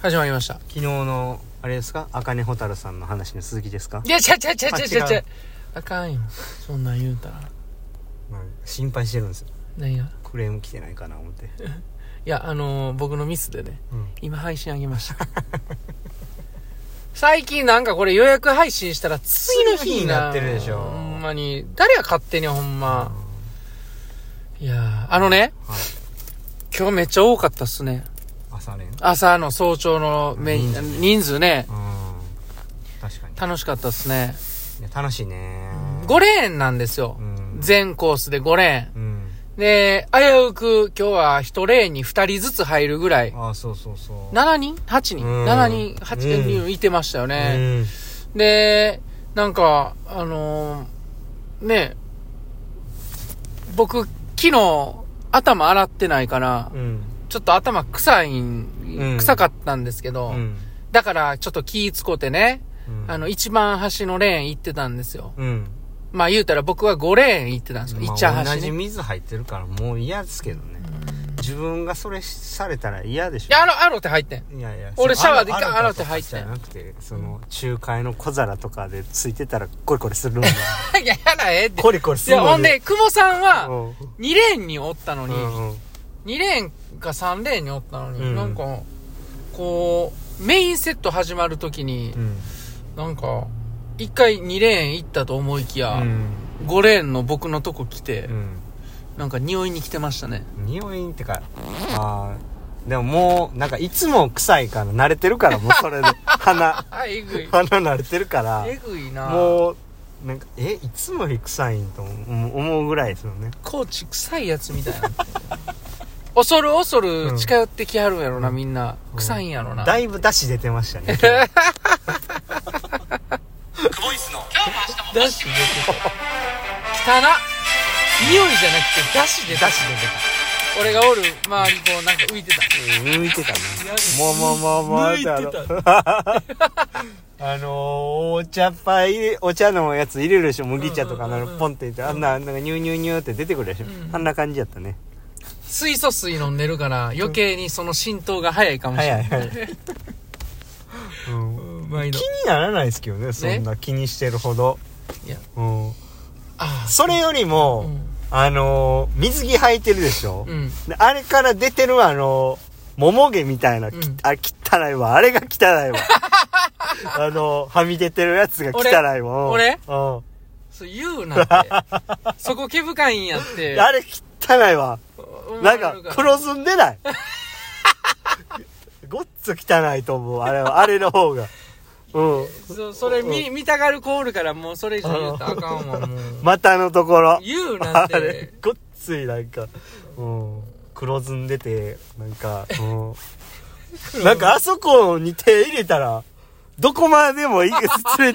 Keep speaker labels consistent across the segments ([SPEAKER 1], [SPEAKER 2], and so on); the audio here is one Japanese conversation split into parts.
[SPEAKER 1] 始まりました。
[SPEAKER 2] 昨日のあれですか茜蛍さんの話の続きですか
[SPEAKER 1] いや、ちゃちゃちゃちゃちゃち
[SPEAKER 2] あ違
[SPEAKER 1] ゃ
[SPEAKER 2] う。
[SPEAKER 1] あかんよ。そんなん言うたら。
[SPEAKER 2] うん心配してるんですよ
[SPEAKER 1] 何が
[SPEAKER 2] クレーム来てないかな思って、
[SPEAKER 1] いや、あのー僕のミスでね、
[SPEAKER 2] うん
[SPEAKER 1] 今配信あげました。 最近なんかこれ予約配信したら次の日にな
[SPEAKER 2] 次の日になってるでしょ
[SPEAKER 1] ほんまに。誰が勝手にほんま。いやーあのね、
[SPEAKER 2] はい
[SPEAKER 1] 今日めっちゃ多かったっすね。
[SPEAKER 2] 朝練うん
[SPEAKER 1] 朝の早朝のめ
[SPEAKER 2] 人数
[SPEAKER 1] 人数ね、
[SPEAKER 2] 確かに
[SPEAKER 1] 楽しかったっすね。
[SPEAKER 2] いや楽しいね
[SPEAKER 1] 5レーンなんですよ
[SPEAKER 2] う。ん
[SPEAKER 1] 全コースで5レーン。
[SPEAKER 2] うん
[SPEAKER 1] で、危うく今日は1レーンに2人ずつ入るぐらい。
[SPEAKER 2] ああそうそうそう
[SPEAKER 1] 7人 ?8 人
[SPEAKER 2] うん
[SPEAKER 1] ?7 人 ?8 人いてましたよね。
[SPEAKER 2] うん
[SPEAKER 1] で、なんか、あのーね、僕、昨日、頭洗ってないから、
[SPEAKER 2] うん
[SPEAKER 1] ちょっと頭臭い
[SPEAKER 2] うんん、
[SPEAKER 1] 臭かったんですけど、
[SPEAKER 2] うん
[SPEAKER 1] だからちょっと気ぃつこてね、
[SPEAKER 2] うん
[SPEAKER 1] あの、一番端のレーン行ってたんですよ。
[SPEAKER 2] うん
[SPEAKER 1] まあ言うたら僕は5レーン行ってたんですよ。
[SPEAKER 2] ま
[SPEAKER 1] 一
[SPEAKER 2] あ
[SPEAKER 1] ちゃん
[SPEAKER 2] 同
[SPEAKER 1] 端
[SPEAKER 2] じ
[SPEAKER 1] に。い
[SPEAKER 2] 水入ってるからもう嫌ですけどね自分がそれされたら嫌でしょ
[SPEAKER 1] や、あの、あのって入 ってん。
[SPEAKER 2] いやいや
[SPEAKER 1] 俺シャワーで一回
[SPEAKER 2] あ
[SPEAKER 1] 洗
[SPEAKER 2] な
[SPEAKER 1] って入って
[SPEAKER 2] じゃなくてその仲介の小皿とかでついてたらコリコリするんだ
[SPEAKER 1] いや、やらええって。
[SPEAKER 2] コリコリす
[SPEAKER 1] い
[SPEAKER 2] る
[SPEAKER 1] や、
[SPEAKER 2] の
[SPEAKER 1] ほんで、久保さんは、
[SPEAKER 2] うん
[SPEAKER 1] 2レーンにおったのに、
[SPEAKER 2] うんうん
[SPEAKER 1] 2レーンか3レーンにおったのに、
[SPEAKER 2] うん
[SPEAKER 1] なんか、こう、メインセット始まるときに
[SPEAKER 2] う、ん
[SPEAKER 1] なんか、1回2レーン行ったと思いきや、5レーンの僕のとこ来て
[SPEAKER 2] う、ん
[SPEAKER 1] なんか匂いに来てましたね。
[SPEAKER 2] 匂いってかあーでももうなんかいつも臭いから慣れてるからもうそれで 鼻
[SPEAKER 1] あ、え ぐい。
[SPEAKER 2] 鼻慣れてるから
[SPEAKER 1] えぐいなもう、
[SPEAKER 2] もうなんかえいつもより臭いんと思う思うぐらいですよね
[SPEAKER 1] コーチ臭いやつみたいな。恐る恐る近寄ってきはるやろな、みんな。臭いんやろな。
[SPEAKER 2] だいぶ出汁出てまし たね
[SPEAKER 1] だし出てた。 汚な匂いじゃなくて、だしで
[SPEAKER 2] 出
[SPEAKER 1] 出
[SPEAKER 2] 汁
[SPEAKER 1] し。
[SPEAKER 2] 出てた
[SPEAKER 1] 俺がおる周りこうなんか浮いてた。
[SPEAKER 2] 抜いてたね。もうもうもうもう。
[SPEAKER 1] 抜いてた
[SPEAKER 2] あのー、お茶っぱ入れ、お茶のやつ入れるでしょ麦茶とか
[SPEAKER 1] うんうんうん
[SPEAKER 2] のポンって入れて、あんな、なんかニューニューニューって出てくるでしょ
[SPEAKER 1] ん
[SPEAKER 2] あんな感じやったね。
[SPEAKER 1] 水素水飲んでるから余計にその浸透が早いかもし
[SPEAKER 2] はい
[SPEAKER 1] れな
[SPEAKER 2] は
[SPEAKER 1] いい。
[SPEAKER 2] はい。う ん
[SPEAKER 1] 毎
[SPEAKER 2] 気
[SPEAKER 1] 度
[SPEAKER 2] に。ならないですけどね、そんな気にしてるほど。
[SPEAKER 1] いや
[SPEAKER 2] うん
[SPEAKER 1] あ
[SPEAKER 2] それより
[SPEAKER 1] あ。う
[SPEAKER 2] も、
[SPEAKER 1] ん。
[SPEAKER 2] あのー、水着履いてるでしょ
[SPEAKER 1] うん。
[SPEAKER 2] であれから出てるあの、もも毛みたいな、き
[SPEAKER 1] うん
[SPEAKER 2] あ、汚いわ。あれが汚い わ。あの、はみ出てるやつが汚いわ。
[SPEAKER 1] 俺
[SPEAKER 2] うん。
[SPEAKER 1] そう言うなって。そこ毛深いんや って。
[SPEAKER 2] あれ汚いわ。
[SPEAKER 1] 思わ
[SPEAKER 2] な
[SPEAKER 1] れ
[SPEAKER 2] ん
[SPEAKER 1] る
[SPEAKER 2] か、黒ずん でない。ごっつ汚いと思う。あれは、あれの方が。うん。
[SPEAKER 1] そそれ見、見たがる子おるからもうそれ以上言うたらあかんわ、もう。
[SPEAKER 2] 股のところ。
[SPEAKER 1] 言うな
[SPEAKER 2] あ
[SPEAKER 1] っ
[SPEAKER 2] れ
[SPEAKER 1] て。、
[SPEAKER 2] ごっついなんか、うん。黒ずんでて、なんか、うん。なんかあそこに手入れたら、どこま でもいい連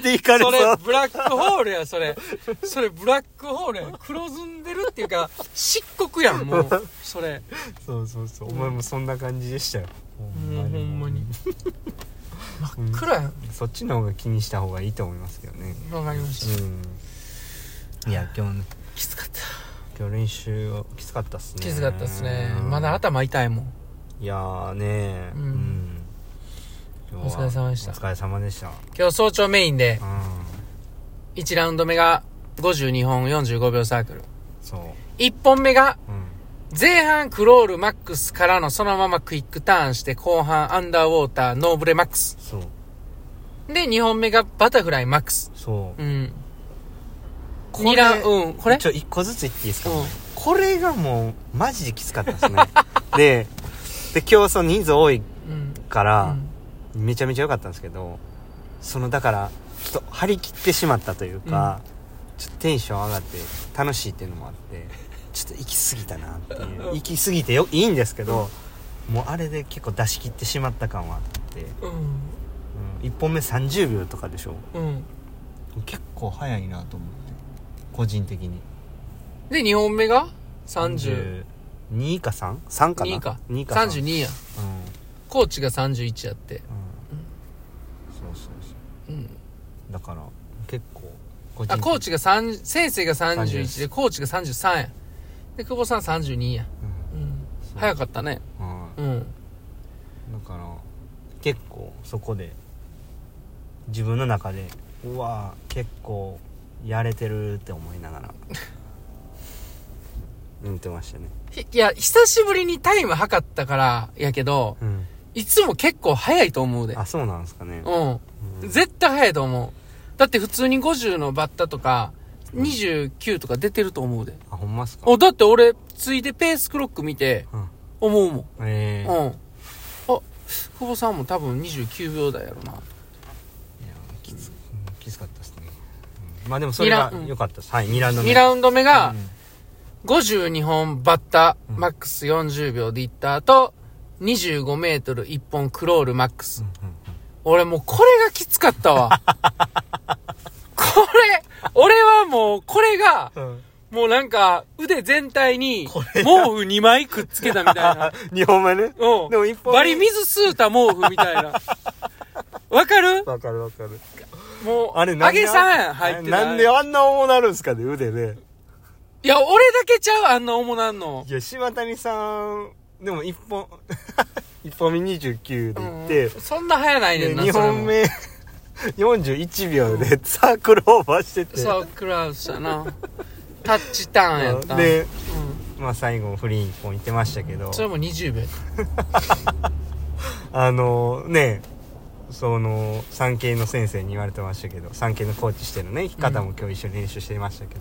[SPEAKER 2] れて行かれ
[SPEAKER 1] それ
[SPEAKER 2] そう。
[SPEAKER 1] ブラックホールやそれそれブラックホールや黒ずんでるっていうか漆黒やんもうそれ
[SPEAKER 2] そうそうそう。お前もそんな感じでしたよ。
[SPEAKER 1] もうほんまに
[SPEAKER 2] うん
[SPEAKER 1] 黒やん
[SPEAKER 2] そっちの方が気にした方がいいと思いますけどね。
[SPEAKER 1] わかりました
[SPEAKER 2] うん。いや、今日ね、
[SPEAKER 1] きつかった
[SPEAKER 2] 今日練習はきつかったっすね。
[SPEAKER 1] きつかったっすねまだ。頭痛いもん
[SPEAKER 2] いやーねー
[SPEAKER 1] うん
[SPEAKER 2] うん今日
[SPEAKER 1] お疲
[SPEAKER 2] は
[SPEAKER 1] れ様でした
[SPEAKER 2] お疲れ様でした。うん。
[SPEAKER 1] 今日早朝メインで1ラウンド目が52本45秒サークル
[SPEAKER 2] そう。
[SPEAKER 1] 1本目が
[SPEAKER 2] うん。
[SPEAKER 1] 前半クロールマックスからのそのままクイックターンして後半アンダーウォーターノーブレマックス
[SPEAKER 2] そう。
[SPEAKER 1] で2本目がバタフライマックス
[SPEAKER 2] そうう。
[SPEAKER 1] ん
[SPEAKER 2] これ
[SPEAKER 1] 2ラウンドうんこれ
[SPEAKER 2] ちょ、一個ずつ言っていいですか、
[SPEAKER 1] うん
[SPEAKER 2] これがもう、マジできつかったですね。 で、で、今日その人数多い
[SPEAKER 1] うん
[SPEAKER 2] から、めちゃめちゃ良かったんですけどそのだからちょっと張り切ってしまったというか、ちょっとテンション上がって楽しいっていうのもあってちょっと行き過ぎたなっていう行き過ぎてよいいんですけど、もうあれで結構出し切ってしまった感はあって、
[SPEAKER 1] うん
[SPEAKER 2] うん、1本目30秒とかでしょ
[SPEAKER 1] うん
[SPEAKER 2] 結構早いなと思って個人的に
[SPEAKER 1] で2本目が32
[SPEAKER 2] 32か 3?3 かな
[SPEAKER 1] か
[SPEAKER 2] 2か3
[SPEAKER 1] 32や
[SPEAKER 2] うん
[SPEAKER 1] コーチが31やって
[SPEAKER 2] そうそうそ
[SPEAKER 1] う
[SPEAKER 2] う、
[SPEAKER 1] ん
[SPEAKER 2] だから結構個人
[SPEAKER 1] あ
[SPEAKER 2] 的
[SPEAKER 1] コーチが3先生が31
[SPEAKER 2] 31
[SPEAKER 1] でコーチが33やで久保さん32や、うん、早かったね
[SPEAKER 2] うん、うん
[SPEAKER 1] うん
[SPEAKER 2] だから結構そこで自分の中でうわー結構やれてるって思い ながらうんってましたね
[SPEAKER 1] ひいや、久しぶりにタイム測ったからやけど、
[SPEAKER 2] うん
[SPEAKER 1] いつも結構早いと思うで。
[SPEAKER 2] あそうなんですかね
[SPEAKER 1] う。
[SPEAKER 2] うんん
[SPEAKER 1] 絶対早いと思う。だって普通に50のバッタとか、29とか出てると思うで。
[SPEAKER 2] あほんまっすか
[SPEAKER 1] お、だって俺、ついでペースクロック見て、
[SPEAKER 2] うん
[SPEAKER 1] 思うもん。
[SPEAKER 2] え
[SPEAKER 1] う
[SPEAKER 2] え
[SPEAKER 1] ん。あ、久保さんも多分29秒台やろな。
[SPEAKER 2] いやきつうんきつかったですね、うんまあでもそれが
[SPEAKER 1] ニラうん
[SPEAKER 2] 良かったです、はい2ラウンド目
[SPEAKER 1] 2ラウンド目が
[SPEAKER 2] うん、
[SPEAKER 1] 52本バッタ、
[SPEAKER 2] うん
[SPEAKER 1] マックス40秒でいった後、25メートル1本クロールマックス。
[SPEAKER 2] うんうん
[SPEAKER 1] 俺もうこれがきつかった わ。これ、俺はもうこれが、
[SPEAKER 2] うんうん
[SPEAKER 1] もうなんか腕全体に
[SPEAKER 2] こ
[SPEAKER 1] 毛布2枚くっつけたみたい な。
[SPEAKER 2] 2本目ね
[SPEAKER 1] うん。
[SPEAKER 2] でも一本目
[SPEAKER 1] バリ水吸うた毛布みたいな。わかる
[SPEAKER 2] わかるわかる
[SPEAKER 1] もう、
[SPEAKER 2] あれな
[SPEAKER 1] 揚
[SPEAKER 2] んで
[SPEAKER 1] げさん入ってない。
[SPEAKER 2] なんであんな重なるんすかね腕で
[SPEAKER 1] いや、俺だけちゃうあんな重なんの
[SPEAKER 2] い。や柴谷さんでも一本 一本目29でいって、
[SPEAKER 1] うんそんな早ないねんな。
[SPEAKER 2] 2
[SPEAKER 1] それも
[SPEAKER 2] 本目41秒でサークルオーバーしてて
[SPEAKER 1] そう、クラウスやな。タッチターンやった。
[SPEAKER 2] で、
[SPEAKER 1] う
[SPEAKER 2] まあ、最後フリー1本いってましたけど
[SPEAKER 1] それも20秒やっ
[SPEAKER 2] あのねその産経の先生に言われてましたけど産経のコーチしてるね方も今日一緒に練習してましたけど、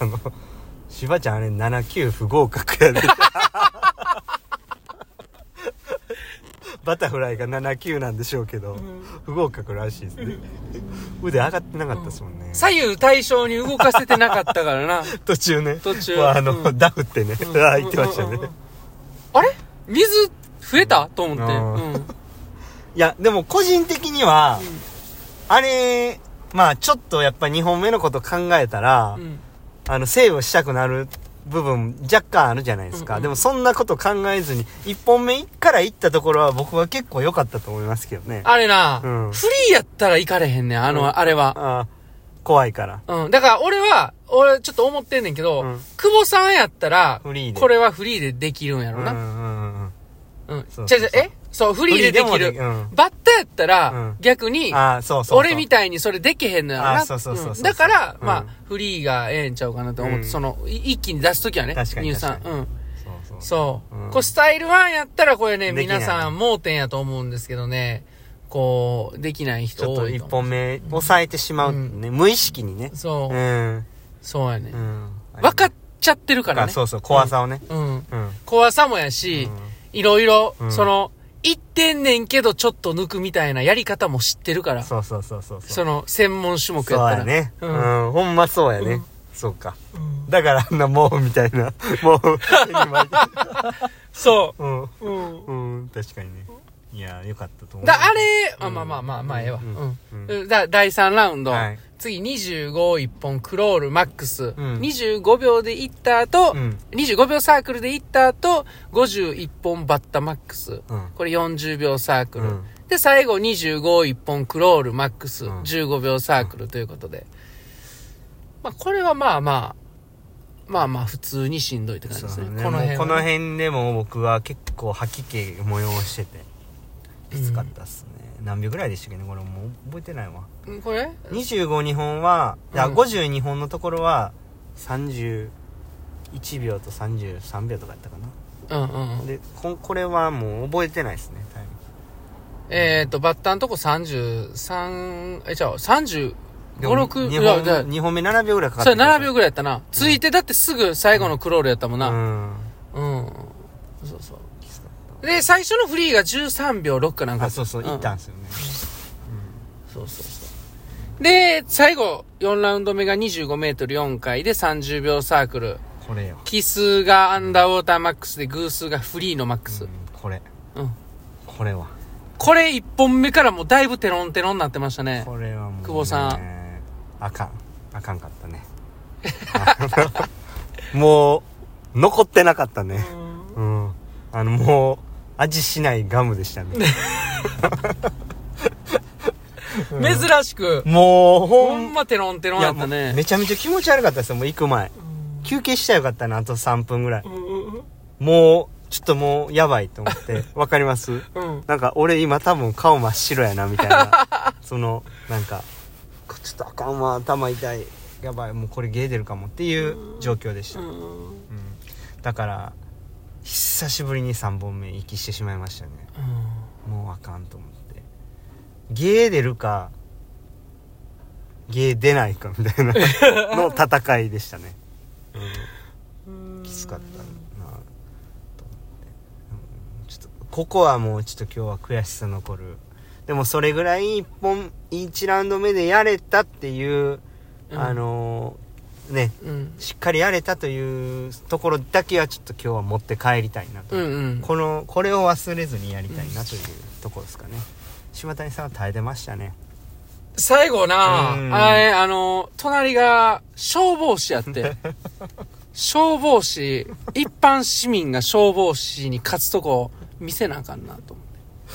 [SPEAKER 2] あの「しばちゃんあれ79不合格やで」 バタフライが79なんでしょうけど、
[SPEAKER 1] た。うん
[SPEAKER 2] 不合格らしいですね腕上がってなかったですもんね、
[SPEAKER 1] 左右対称に動かせてなかったから な。
[SPEAKER 2] 途中ね
[SPEAKER 1] 途中
[SPEAKER 2] はあの、
[SPEAKER 1] うん
[SPEAKER 2] ダフってね、
[SPEAKER 1] うん
[SPEAKER 2] ああ言ってましたね、
[SPEAKER 1] うんうんうんあれ水増えたと思って。
[SPEAKER 2] うん
[SPEAKER 1] うん
[SPEAKER 2] いやでも個人的には、あれまあちょっとやっぱ2本目のこと考えたら、
[SPEAKER 1] うん。
[SPEAKER 2] あのセーブしたくなる部分若干あるじゃないです
[SPEAKER 1] う
[SPEAKER 2] か、
[SPEAKER 1] んうん
[SPEAKER 2] でもそんなこと考えずに1本目いから行ったところは僕は結構良かったと思いますけどね
[SPEAKER 1] あれな、
[SPEAKER 2] うん
[SPEAKER 1] フリーやったら行かれへんねん、あの、
[SPEAKER 2] うん
[SPEAKER 1] あれは。
[SPEAKER 2] あ怖いから
[SPEAKER 1] うん。だから俺は、俺ちょっと思ってんねんけど、
[SPEAKER 2] うん
[SPEAKER 1] 久保さんやったら、
[SPEAKER 2] フリーで
[SPEAKER 1] これはフリーでできるんやろな。
[SPEAKER 2] うんうんうんう
[SPEAKER 1] う
[SPEAKER 2] ん
[SPEAKER 1] ん。じ
[SPEAKER 2] そ
[SPEAKER 1] ゃ
[SPEAKER 2] う
[SPEAKER 1] じ
[SPEAKER 2] そうそう
[SPEAKER 1] ゃ、えそう、フリーででき
[SPEAKER 2] フリ
[SPEAKER 1] る
[SPEAKER 2] ー。でもでき
[SPEAKER 1] バッターやったら、
[SPEAKER 2] うん
[SPEAKER 1] 逆に、
[SPEAKER 2] ああそうそうそう
[SPEAKER 1] 俺みたいにそれできへんのやろな。
[SPEAKER 2] あそうそうそうそう
[SPEAKER 1] うんだから、
[SPEAKER 2] うん
[SPEAKER 1] まあ、フリーがええんちゃうかなと思って、
[SPEAKER 2] うん
[SPEAKER 1] その、い一気に出すときはね、
[SPEAKER 2] 確かに
[SPEAKER 1] 乳酸
[SPEAKER 2] 確。か
[SPEAKER 1] うん。
[SPEAKER 2] そうそう
[SPEAKER 1] そう。
[SPEAKER 2] うん
[SPEAKER 1] これスタイル1やったらこれね、
[SPEAKER 2] できない
[SPEAKER 1] 皆さん盲点やと思うんですけどね、こう、できない
[SPEAKER 2] ち
[SPEAKER 1] 人
[SPEAKER 2] ょっと
[SPEAKER 1] 多い
[SPEAKER 2] 1
[SPEAKER 1] と思う。
[SPEAKER 2] 本目抑えてしまうね、無意識にね
[SPEAKER 1] そうう、
[SPEAKER 2] ん、
[SPEAKER 1] そうやね
[SPEAKER 2] う。ん、
[SPEAKER 1] 分かっ
[SPEAKER 2] か
[SPEAKER 1] ちゃってるからね。
[SPEAKER 2] そうそう怖さをね、
[SPEAKER 1] うん。
[SPEAKER 2] うん
[SPEAKER 1] 怖さもやし、いろいろ
[SPEAKER 2] う、ん
[SPEAKER 1] その、言ってんねんけどちょっと抜くみたいなやり方も知ってるから。
[SPEAKER 2] そうそうそうそう
[SPEAKER 1] そうの、専門種目やった
[SPEAKER 2] そう
[SPEAKER 1] ら。
[SPEAKER 2] やね
[SPEAKER 1] う
[SPEAKER 2] うんん、ほんまそうやね、
[SPEAKER 1] うん
[SPEAKER 2] そうか
[SPEAKER 1] うん
[SPEAKER 2] だからあんな毛布みたいな 毛布手に巻いて
[SPEAKER 1] そ
[SPEAKER 2] うん
[SPEAKER 1] う。うん。
[SPEAKER 2] うん確かにねいやよかったと思う
[SPEAKER 1] だ、あれ、あ
[SPEAKER 2] うん
[SPEAKER 1] まあまあまあ、まあ、ええわ。
[SPEAKER 2] うん
[SPEAKER 1] うん。
[SPEAKER 2] う
[SPEAKER 1] だ、第3ラウンド。
[SPEAKER 2] はい
[SPEAKER 1] 次、25、一本、クロール、マックス。
[SPEAKER 2] ん
[SPEAKER 1] 25秒で行った後、
[SPEAKER 2] うん
[SPEAKER 1] 25秒サークルで行った後、51本、バッタ、マックス。
[SPEAKER 2] うん
[SPEAKER 1] これ40秒サークル。
[SPEAKER 2] うん
[SPEAKER 1] で、最後、25、一本、クロール、マックス。
[SPEAKER 2] うん
[SPEAKER 1] 15秒サークルということで。まあ、これはまあまあ、まあまあ、普通にしんどいって感じ
[SPEAKER 2] そ
[SPEAKER 1] ですね。
[SPEAKER 2] うね
[SPEAKER 1] この辺はね、
[SPEAKER 2] もうこの辺でも僕は結構吐き気催しててきつかったっすね、何秒ぐらいでしたっけねこれもう覚えてないわ
[SPEAKER 1] うんこれ
[SPEAKER 2] 252本は、いや
[SPEAKER 1] うん
[SPEAKER 2] 52本のところは31秒と33秒とかやったかな
[SPEAKER 1] うんうんうん。
[SPEAKER 2] でここれはもう覚えてないですねタイム
[SPEAKER 1] えっ、ー、と、バッターのとこ33、え、じゃあ35、6、
[SPEAKER 2] 2
[SPEAKER 1] いや、じゃ
[SPEAKER 2] 本二本目7秒ぐらいかか
[SPEAKER 1] そ
[SPEAKER 2] っ
[SPEAKER 1] れ
[SPEAKER 2] て
[SPEAKER 1] 7秒ぐらいやったな。ついて、だってすぐ最後のクロールやったもん
[SPEAKER 2] う
[SPEAKER 1] な。
[SPEAKER 2] ん
[SPEAKER 1] うん。そうそ
[SPEAKER 2] きつかっ
[SPEAKER 1] う。で、最初のフリーが13秒6かなん
[SPEAKER 2] た
[SPEAKER 1] か。
[SPEAKER 2] あそうそう
[SPEAKER 1] ん
[SPEAKER 2] 行ったんですよね、
[SPEAKER 1] そうそうそう。で、最後、4ラウンド目が25メートル4回で30秒サークル。
[SPEAKER 2] これよ、
[SPEAKER 1] 奇数がアンダーウォーターマックスで偶数がフリーのマック
[SPEAKER 2] う
[SPEAKER 1] ス
[SPEAKER 2] ん。これ
[SPEAKER 1] うん。
[SPEAKER 2] これは
[SPEAKER 1] これ1本目からもうだいぶテロンテロンになってましたね。
[SPEAKER 2] これはもう、ね、
[SPEAKER 1] 久保さ
[SPEAKER 2] んあかんあかんかったね もう残ってなかったねうんあのもう味しないガムでしたね
[SPEAKER 1] 珍しく。
[SPEAKER 2] もうほ
[SPEAKER 1] ほ
[SPEAKER 2] ん
[SPEAKER 1] んまテロンテロンやった
[SPEAKER 2] いやも
[SPEAKER 1] ね
[SPEAKER 2] う。めちゃめちゃ気持ち悪かったですよもう行く前休憩したらよかったなあと3分ぐらいもうちょっともうやばいと思 ってわかります
[SPEAKER 1] うん。
[SPEAKER 2] なんか俺今多分顔真っ白やなみたい なそのなんかこちょっとあかんわ頭痛いやばいもうこれゲー出るかもっていう状況でした、うん
[SPEAKER 1] うん。
[SPEAKER 2] だから久しぶりに3本目息してしまいましたねもうあかんと思ってゲー出るかゲー出ないかみ たいなの戦いでしたね、うん、きつかったなと思って、うん、ちょっとここはもうちょっと今日は悔しさ残るでもそれぐらい1本1ラウンド目でやれたっていう、
[SPEAKER 1] うん
[SPEAKER 2] あのーね
[SPEAKER 1] うん。
[SPEAKER 2] しっかりやれたというところだけはちょっと今日は持って帰りたいなと、
[SPEAKER 1] うんうん。
[SPEAKER 2] このこれを忘れずにやりたいなというところですかね島谷さんは耐えてましたね
[SPEAKER 1] 最後な、
[SPEAKER 2] うん
[SPEAKER 1] あれ、あの、隣が消防士やって。消防士、一般市民が消防士に勝つとこ見せなあかんなと思って。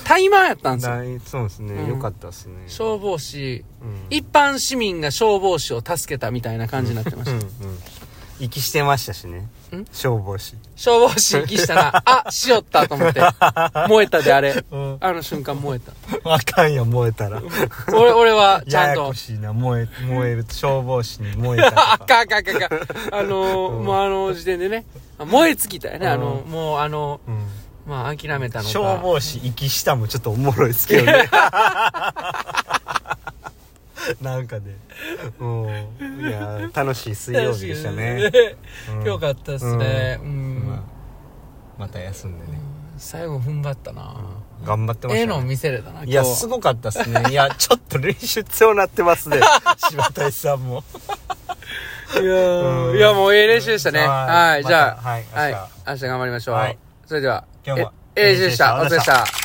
[SPEAKER 1] タイマーやったんですよ。
[SPEAKER 2] いそうですね
[SPEAKER 1] うん
[SPEAKER 2] 良かったですね
[SPEAKER 1] 消防士、
[SPEAKER 2] うん
[SPEAKER 1] 一般市民が消防士を助けたみたいな感じになってまし
[SPEAKER 2] う
[SPEAKER 1] た
[SPEAKER 2] ん。うん息してましたしね
[SPEAKER 1] ん
[SPEAKER 2] 消防士
[SPEAKER 1] 消防士息したら、あ、しよったと思って。燃えたであれ。
[SPEAKER 2] うん
[SPEAKER 1] あの瞬間燃えた。
[SPEAKER 2] あかんよ燃えたら
[SPEAKER 1] 俺、俺はち
[SPEAKER 2] や
[SPEAKER 1] ゃん
[SPEAKER 2] や
[SPEAKER 1] と
[SPEAKER 2] こ。しいな燃え燃える消防士に燃えた と
[SPEAKER 1] あ
[SPEAKER 2] か
[SPEAKER 1] かんあかんあかんあかん。あのー
[SPEAKER 2] うん
[SPEAKER 1] もうあの時点でね、燃え尽きたよね。あの、
[SPEAKER 2] う
[SPEAKER 1] もうあの、
[SPEAKER 2] うん
[SPEAKER 1] まあ諦めたのか。
[SPEAKER 2] 消防士息したもちょっとおもろいですけどね なんかねもうんいや楽しい水曜日でしたね
[SPEAKER 1] 楽しいです
[SPEAKER 2] うん
[SPEAKER 1] ねよかったですね。う。
[SPEAKER 2] うんまあまた休んでね、
[SPEAKER 1] 最後踏ん張ったな。
[SPEAKER 2] 頑張ってま
[SPEAKER 1] ええ
[SPEAKER 2] し
[SPEAKER 1] の
[SPEAKER 2] た、ね
[SPEAKER 1] 見せれたな、今
[SPEAKER 2] い
[SPEAKER 1] 日は。
[SPEAKER 2] やすごかったですねいやちょっと練習強なってますね 柴田さんも
[SPEAKER 1] いやー
[SPEAKER 2] うん
[SPEAKER 1] いや、もうええ練習でしたね。
[SPEAKER 2] うん
[SPEAKER 1] はい、
[SPEAKER 2] また
[SPEAKER 1] じゃあ、
[SPEAKER 2] はい明日
[SPEAKER 1] 明日頑張りましょう
[SPEAKER 2] はい。
[SPEAKER 1] それでは、
[SPEAKER 2] 今日も
[SPEAKER 1] ええ練習でした。お疲れ様でした。